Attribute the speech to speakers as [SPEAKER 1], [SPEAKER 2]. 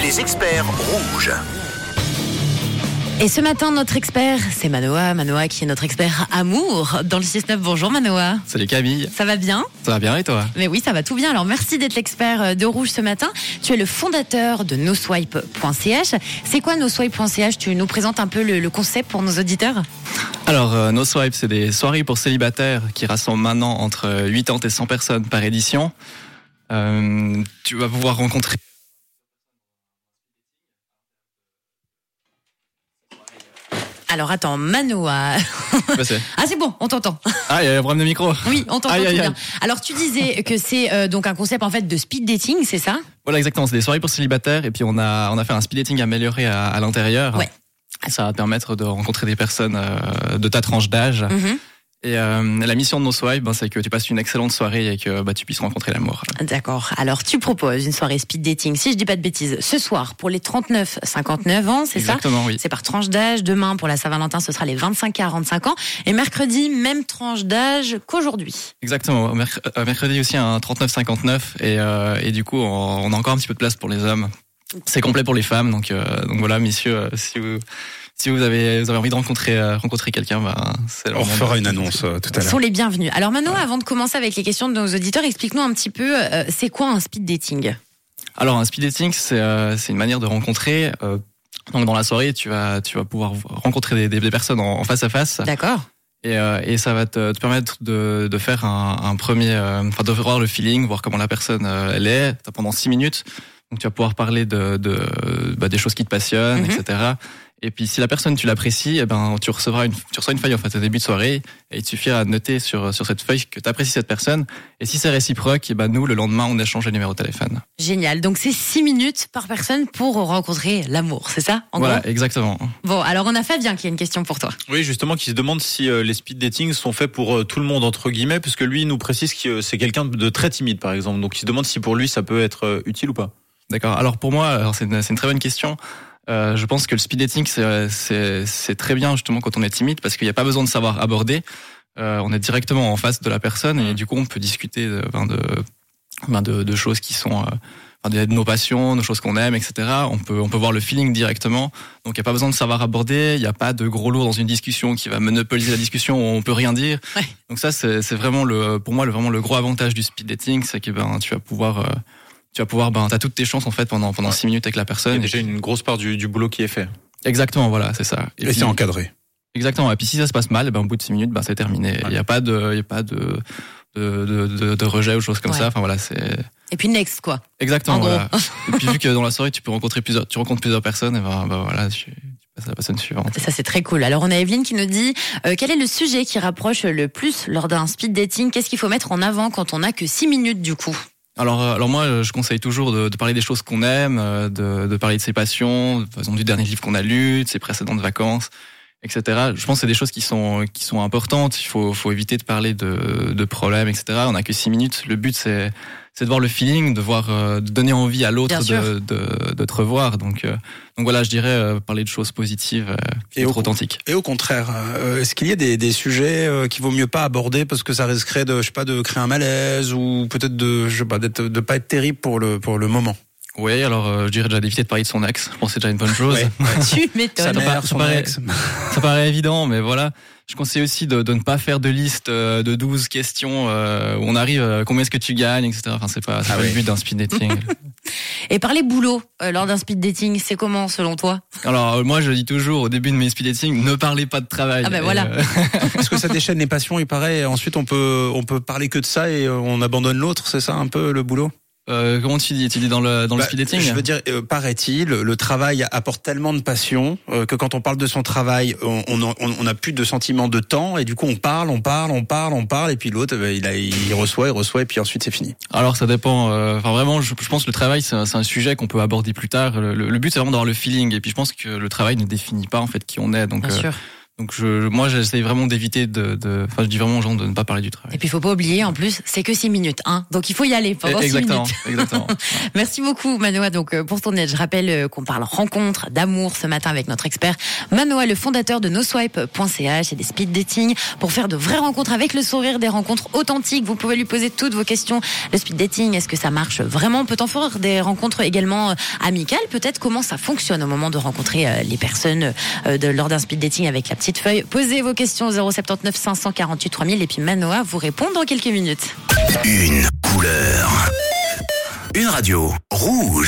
[SPEAKER 1] les experts rouges.
[SPEAKER 2] Et ce matin, notre expert, c'est Manoa. Manoa qui est notre expert amour dans le 6-9. Bonjour Manoa.
[SPEAKER 3] Salut Camille,
[SPEAKER 2] Ça va bien
[SPEAKER 3] ça va bien et toi
[SPEAKER 2] Mais oui, ça va tout bien. Alors merci d'être l'expert euh, de Rouge ce matin. Tu es le fondateur de noswipe.ch. C'est quoi noswipe.ch Tu nous présentes un peu le, le concept pour nos auditeurs
[SPEAKER 3] Alors, euh, No Swipe, c'est des soirées pour célibataires qui rassemblent maintenant entre euh, 80 et 100 personnes par édition. Euh, tu vas pouvoir rencontrer...
[SPEAKER 2] Alors attends, Manoa.
[SPEAKER 3] Bah, c'est-
[SPEAKER 2] Ah c'est bon, on t'entend.
[SPEAKER 3] ah, il y a un problème de micro
[SPEAKER 2] Oui, on t'entend
[SPEAKER 3] Aïe,
[SPEAKER 2] tout
[SPEAKER 3] aïe,
[SPEAKER 2] bien.
[SPEAKER 3] aïe.
[SPEAKER 2] Alors tu disais que c'est euh, donc un concept en fait de speed dating, c'est ça
[SPEAKER 3] Voilà, exactement, c'est des soirées pour célibataires et puis on a, on a fait un speed dating amélioré à, à l'intérieur.
[SPEAKER 2] Ouais.
[SPEAKER 3] Ça va te permettre de rencontrer des personnes euh, de ta tranche d'âge.
[SPEAKER 2] Mhm.
[SPEAKER 3] Et euh, la mission de No Swipe, ben, c'est que tu passes une excellente soirée et que bah, tu puisses rencontrer l'amour.
[SPEAKER 2] D'accord. Alors, tu proposes une soirée speed dating, si je dis pas de bêtises, ce soir pour les 39-59 ans, c'est ça
[SPEAKER 3] Exactement, oui.
[SPEAKER 2] C'est par tranche d'âge. Demain, pour la Saint-Valentin, ce sera les 25-45 ans. Et mercredi, même tranche d'âge qu'aujourd'hui.
[SPEAKER 3] Exactement. Merc- euh, mercredi aussi un 39-59 et, euh, et du coup on, on a encore un petit peu de place pour les hommes. C'est complet pour les femmes donc euh, donc voilà messieurs euh, si vous si vous avez vous avez envie de rencontrer euh, rencontrer quelqu'un ben c'est le
[SPEAKER 4] On
[SPEAKER 3] moment.
[SPEAKER 4] fera une annonce euh, tout à
[SPEAKER 2] Ils
[SPEAKER 4] l'heure.
[SPEAKER 2] sont les bienvenus. Alors, Manon, avant de commencer avec les questions de nos auditeurs, explique-nous un petit peu, euh, c'est quoi un speed dating
[SPEAKER 3] Alors un speed dating c'est euh, c'est une manière de rencontrer euh, donc dans la soirée tu vas tu vas pouvoir rencontrer des, des- des personnes en, en face à face
[SPEAKER 4] Ah.
[SPEAKER 2] D'accord.
[SPEAKER 3] et, euh, et ça va te, te permettre de, de faire un, un premier, euh, enfin de voir le feeling, voir comment la personne euh, elle est. T'as pendant six minutes, donc tu vas pouvoir parler de, de euh, bah, des choses qui te passionnent,
[SPEAKER 2] Mhm.
[SPEAKER 3] etc. Et puis si la personne tu l'apprécies, eh ben tu recevras une, tu reçois une feuille en fait au début de soirée et il te suffira de noter sur sur cette feuille que tu apprécies cette personne. Et si c'est réciproque, eh ben nous le lendemain on échange les numéros de téléphone.
[SPEAKER 2] Génial. Donc, c'est 6 minutes par personne pour rencontrer l'amour, c'est ça en
[SPEAKER 3] voilà,
[SPEAKER 2] gros
[SPEAKER 3] exactement.
[SPEAKER 2] Bon, alors, on a Fabien qui a une question pour toi.
[SPEAKER 5] Oui, justement, qui se demande si euh, les speed dating sont faits pour euh, tout le monde entre guillemets, puisque lui il nous précise que euh, c'est quelqu'un de très timide, par exemple. Donc, il se demande si pour lui ça peut être euh, utile ou pas.
[SPEAKER 3] D'accord. Alors pour moi, alors c'est une, c'est une très bonne question. Euh, je pense que le speed dating, c'est, euh, c'est, c'est très bien justement quand on est timide parce qu'il n'y a pas besoin de savoir aborder. Euh, on est directement en face de la personne et du coup on peut discuter de, ben, de, ben, de, de choses qui sont euh, enfin, de, de nos passions, de choses qu'on aime, etc. On peut, on peut voir le feeling directement. Donc il n'y a pas besoin de savoir aborder. Il n'y a pas de gros lourd dans une discussion qui va monopoliser la discussion. où On peut rien dire.
[SPEAKER 2] Ouais.
[SPEAKER 3] Donc ça c'est, c'est vraiment le, pour moi le, vraiment le gros avantage du speed dating, c'est que ben tu vas pouvoir euh, tu vas pouvoir, ben, t'as toutes tes chances en fait pendant pendant
[SPEAKER 5] Ouais.
[SPEAKER 3] six minutes avec la
[SPEAKER 5] Il y a
[SPEAKER 3] personne.
[SPEAKER 5] déjà une grosse part du, du boulot qui est fait.
[SPEAKER 3] Exactement, voilà, c'est ça.
[SPEAKER 4] Et
[SPEAKER 3] puis-
[SPEAKER 4] c'est encadré.
[SPEAKER 3] Exactement. Et puis si ça se passe mal, ben au bout de six minutes, ben c'est terminé. Il
[SPEAKER 5] Ouais.
[SPEAKER 3] n'y a pas de, il y a pas de de, de, de- de rejet ou choses comme
[SPEAKER 2] Ouais.
[SPEAKER 3] ça. Enfin voilà, c'est
[SPEAKER 2] Et puis, next, quoi.
[SPEAKER 3] exactement.
[SPEAKER 2] En gros.
[SPEAKER 3] voilà. et puis vu que dans la soirée tu peux rencontrer plusieurs, tu rencontres plusieurs personnes, et ben, ben, voilà, tu, tu passes à la personne suivante.
[SPEAKER 2] Ça, c'est très cool. Alors, on a Evelyne qui nous dit euh, quel est le sujet qui rapproche le plus lors d'un speed dating Qu'est-ce qu'il faut mettre en avant quand on n'a que 6 minutes du coup
[SPEAKER 3] Alors euh, alors moi euh, je conseille toujours de, de parler des choses qu'on aime, euh, de, de parler de ses passions, par exemple du dernier livre qu'on a lu, de ses précédentes vacances. Etc. Je pense que c'est des choses qui sont qui sont importantes. Il faut faut éviter de parler de, de problèmes, etc. On n'a que six minutes. Le but c'est c'est de voir le feeling, de voir euh, de donner envie à l'autre
[SPEAKER 2] Bien sûr.
[SPEAKER 3] de, de de te revoir. Donc euh, donc voilà, je dirais euh, parler de choses positives, euh,
[SPEAKER 4] Et
[SPEAKER 3] être
[SPEAKER 4] au-
[SPEAKER 3] authentique.
[SPEAKER 4] Et au contraire, euh, est-ce qu'il y a des, des sujets euh, qu'il vaut mieux pas aborder parce que ça risquerait de, je sais pas, de créer un malaise ou peut-être de, je sais pas, d'être, de pas être terrible pour le pour le moment.
[SPEAKER 3] Oui, alors euh, je dirais déjà d'éviter de parler de son axe. Je pense que c'est déjà une bonne chose.
[SPEAKER 4] Ouais.
[SPEAKER 2] Tu m'étonnes.
[SPEAKER 3] Ça
[SPEAKER 4] Sa
[SPEAKER 3] doit pas-
[SPEAKER 4] mère,
[SPEAKER 3] ça
[SPEAKER 4] son
[SPEAKER 3] paraît-
[SPEAKER 4] ex.
[SPEAKER 3] Ça paraît évident, mais voilà. Je conseille aussi de, de ne pas faire de liste euh, de 12 questions euh, où on arrive euh, combien est-ce que tu gagnes, etc. Enfin, c'est pas, c'est
[SPEAKER 4] Ah
[SPEAKER 3] pas
[SPEAKER 4] oui.
[SPEAKER 3] le but d'un speed dating.
[SPEAKER 2] Et parler boulot euh, lors d'un speed dating, c'est comment selon toi
[SPEAKER 3] Alors euh, moi, je dis toujours au début de mes speed dating, ne parlez pas de travail.
[SPEAKER 2] Ah ben
[SPEAKER 3] Et,
[SPEAKER 2] voilà.
[SPEAKER 3] euh,
[SPEAKER 4] Parce que ça déchaîne les passions, il paraît. et ensuite, on peut on peut parler que de ça et euh, on abandonne l'autre. C'est ça un peu le boulot.
[SPEAKER 3] euh, comment tu dis Tu dis dans le dans
[SPEAKER 4] Bah,
[SPEAKER 3] le speed dating
[SPEAKER 4] Je veux dire, euh, paraît-il, le travail apporte tellement de passion euh, que quand on parle de son travail, on on en- on- on n'a plus de sentiment de temps et du coup on parle, on parle, on parle, on parle et puis l'autre, eh ben, il, a- il reçoit, il reçoit et puis ensuite c'est fini.
[SPEAKER 3] Alors ça dépend. euh, Enfin vraiment, je, je pense que le travail c'est un, c'est un sujet qu'on peut aborder plus tard. Le, le- le but c'est vraiment d'avoir le feeling. Et puis je pense que le travail ne définit pas en fait qui on est. Donc euh,
[SPEAKER 2] sûr.
[SPEAKER 3] Donc je, moi j'essaie vraiment d'éviter de, de- enfin je dis vraiment aux gens de ne pas parler du travail.
[SPEAKER 2] Et puis, il faut pas oublier, en plus, c'est que 6 minutes, hein. Donc, il faut y aller pendant 6
[SPEAKER 3] Eh, exactement,
[SPEAKER 2] minutes.
[SPEAKER 3] exactement.
[SPEAKER 2] Merci beaucoup, Manoa. Donc, euh, pour ton aide, je rappelle euh, qu'on parle rencontre, d'amour ce matin avec notre expert Manoa, le fondateur de noswipe.ch et des speed dating pour faire de vraies rencontres avec le sourire, des rencontres authentiques. Vous pouvez lui poser toutes vos questions. Le speed dating, est-ce que ça marche vraiment? Peut-on faire des rencontres également euh, amicales? Peut-être comment ça fonctionne au moment de rencontrer euh, les personnes euh, de, lors d'un speed dating avec la petite feuille? Posez vos questions au 079 548 3000 et puis Manoa vous répond dans quelques minutes.
[SPEAKER 1] Une couleur. Une radio. Rouge.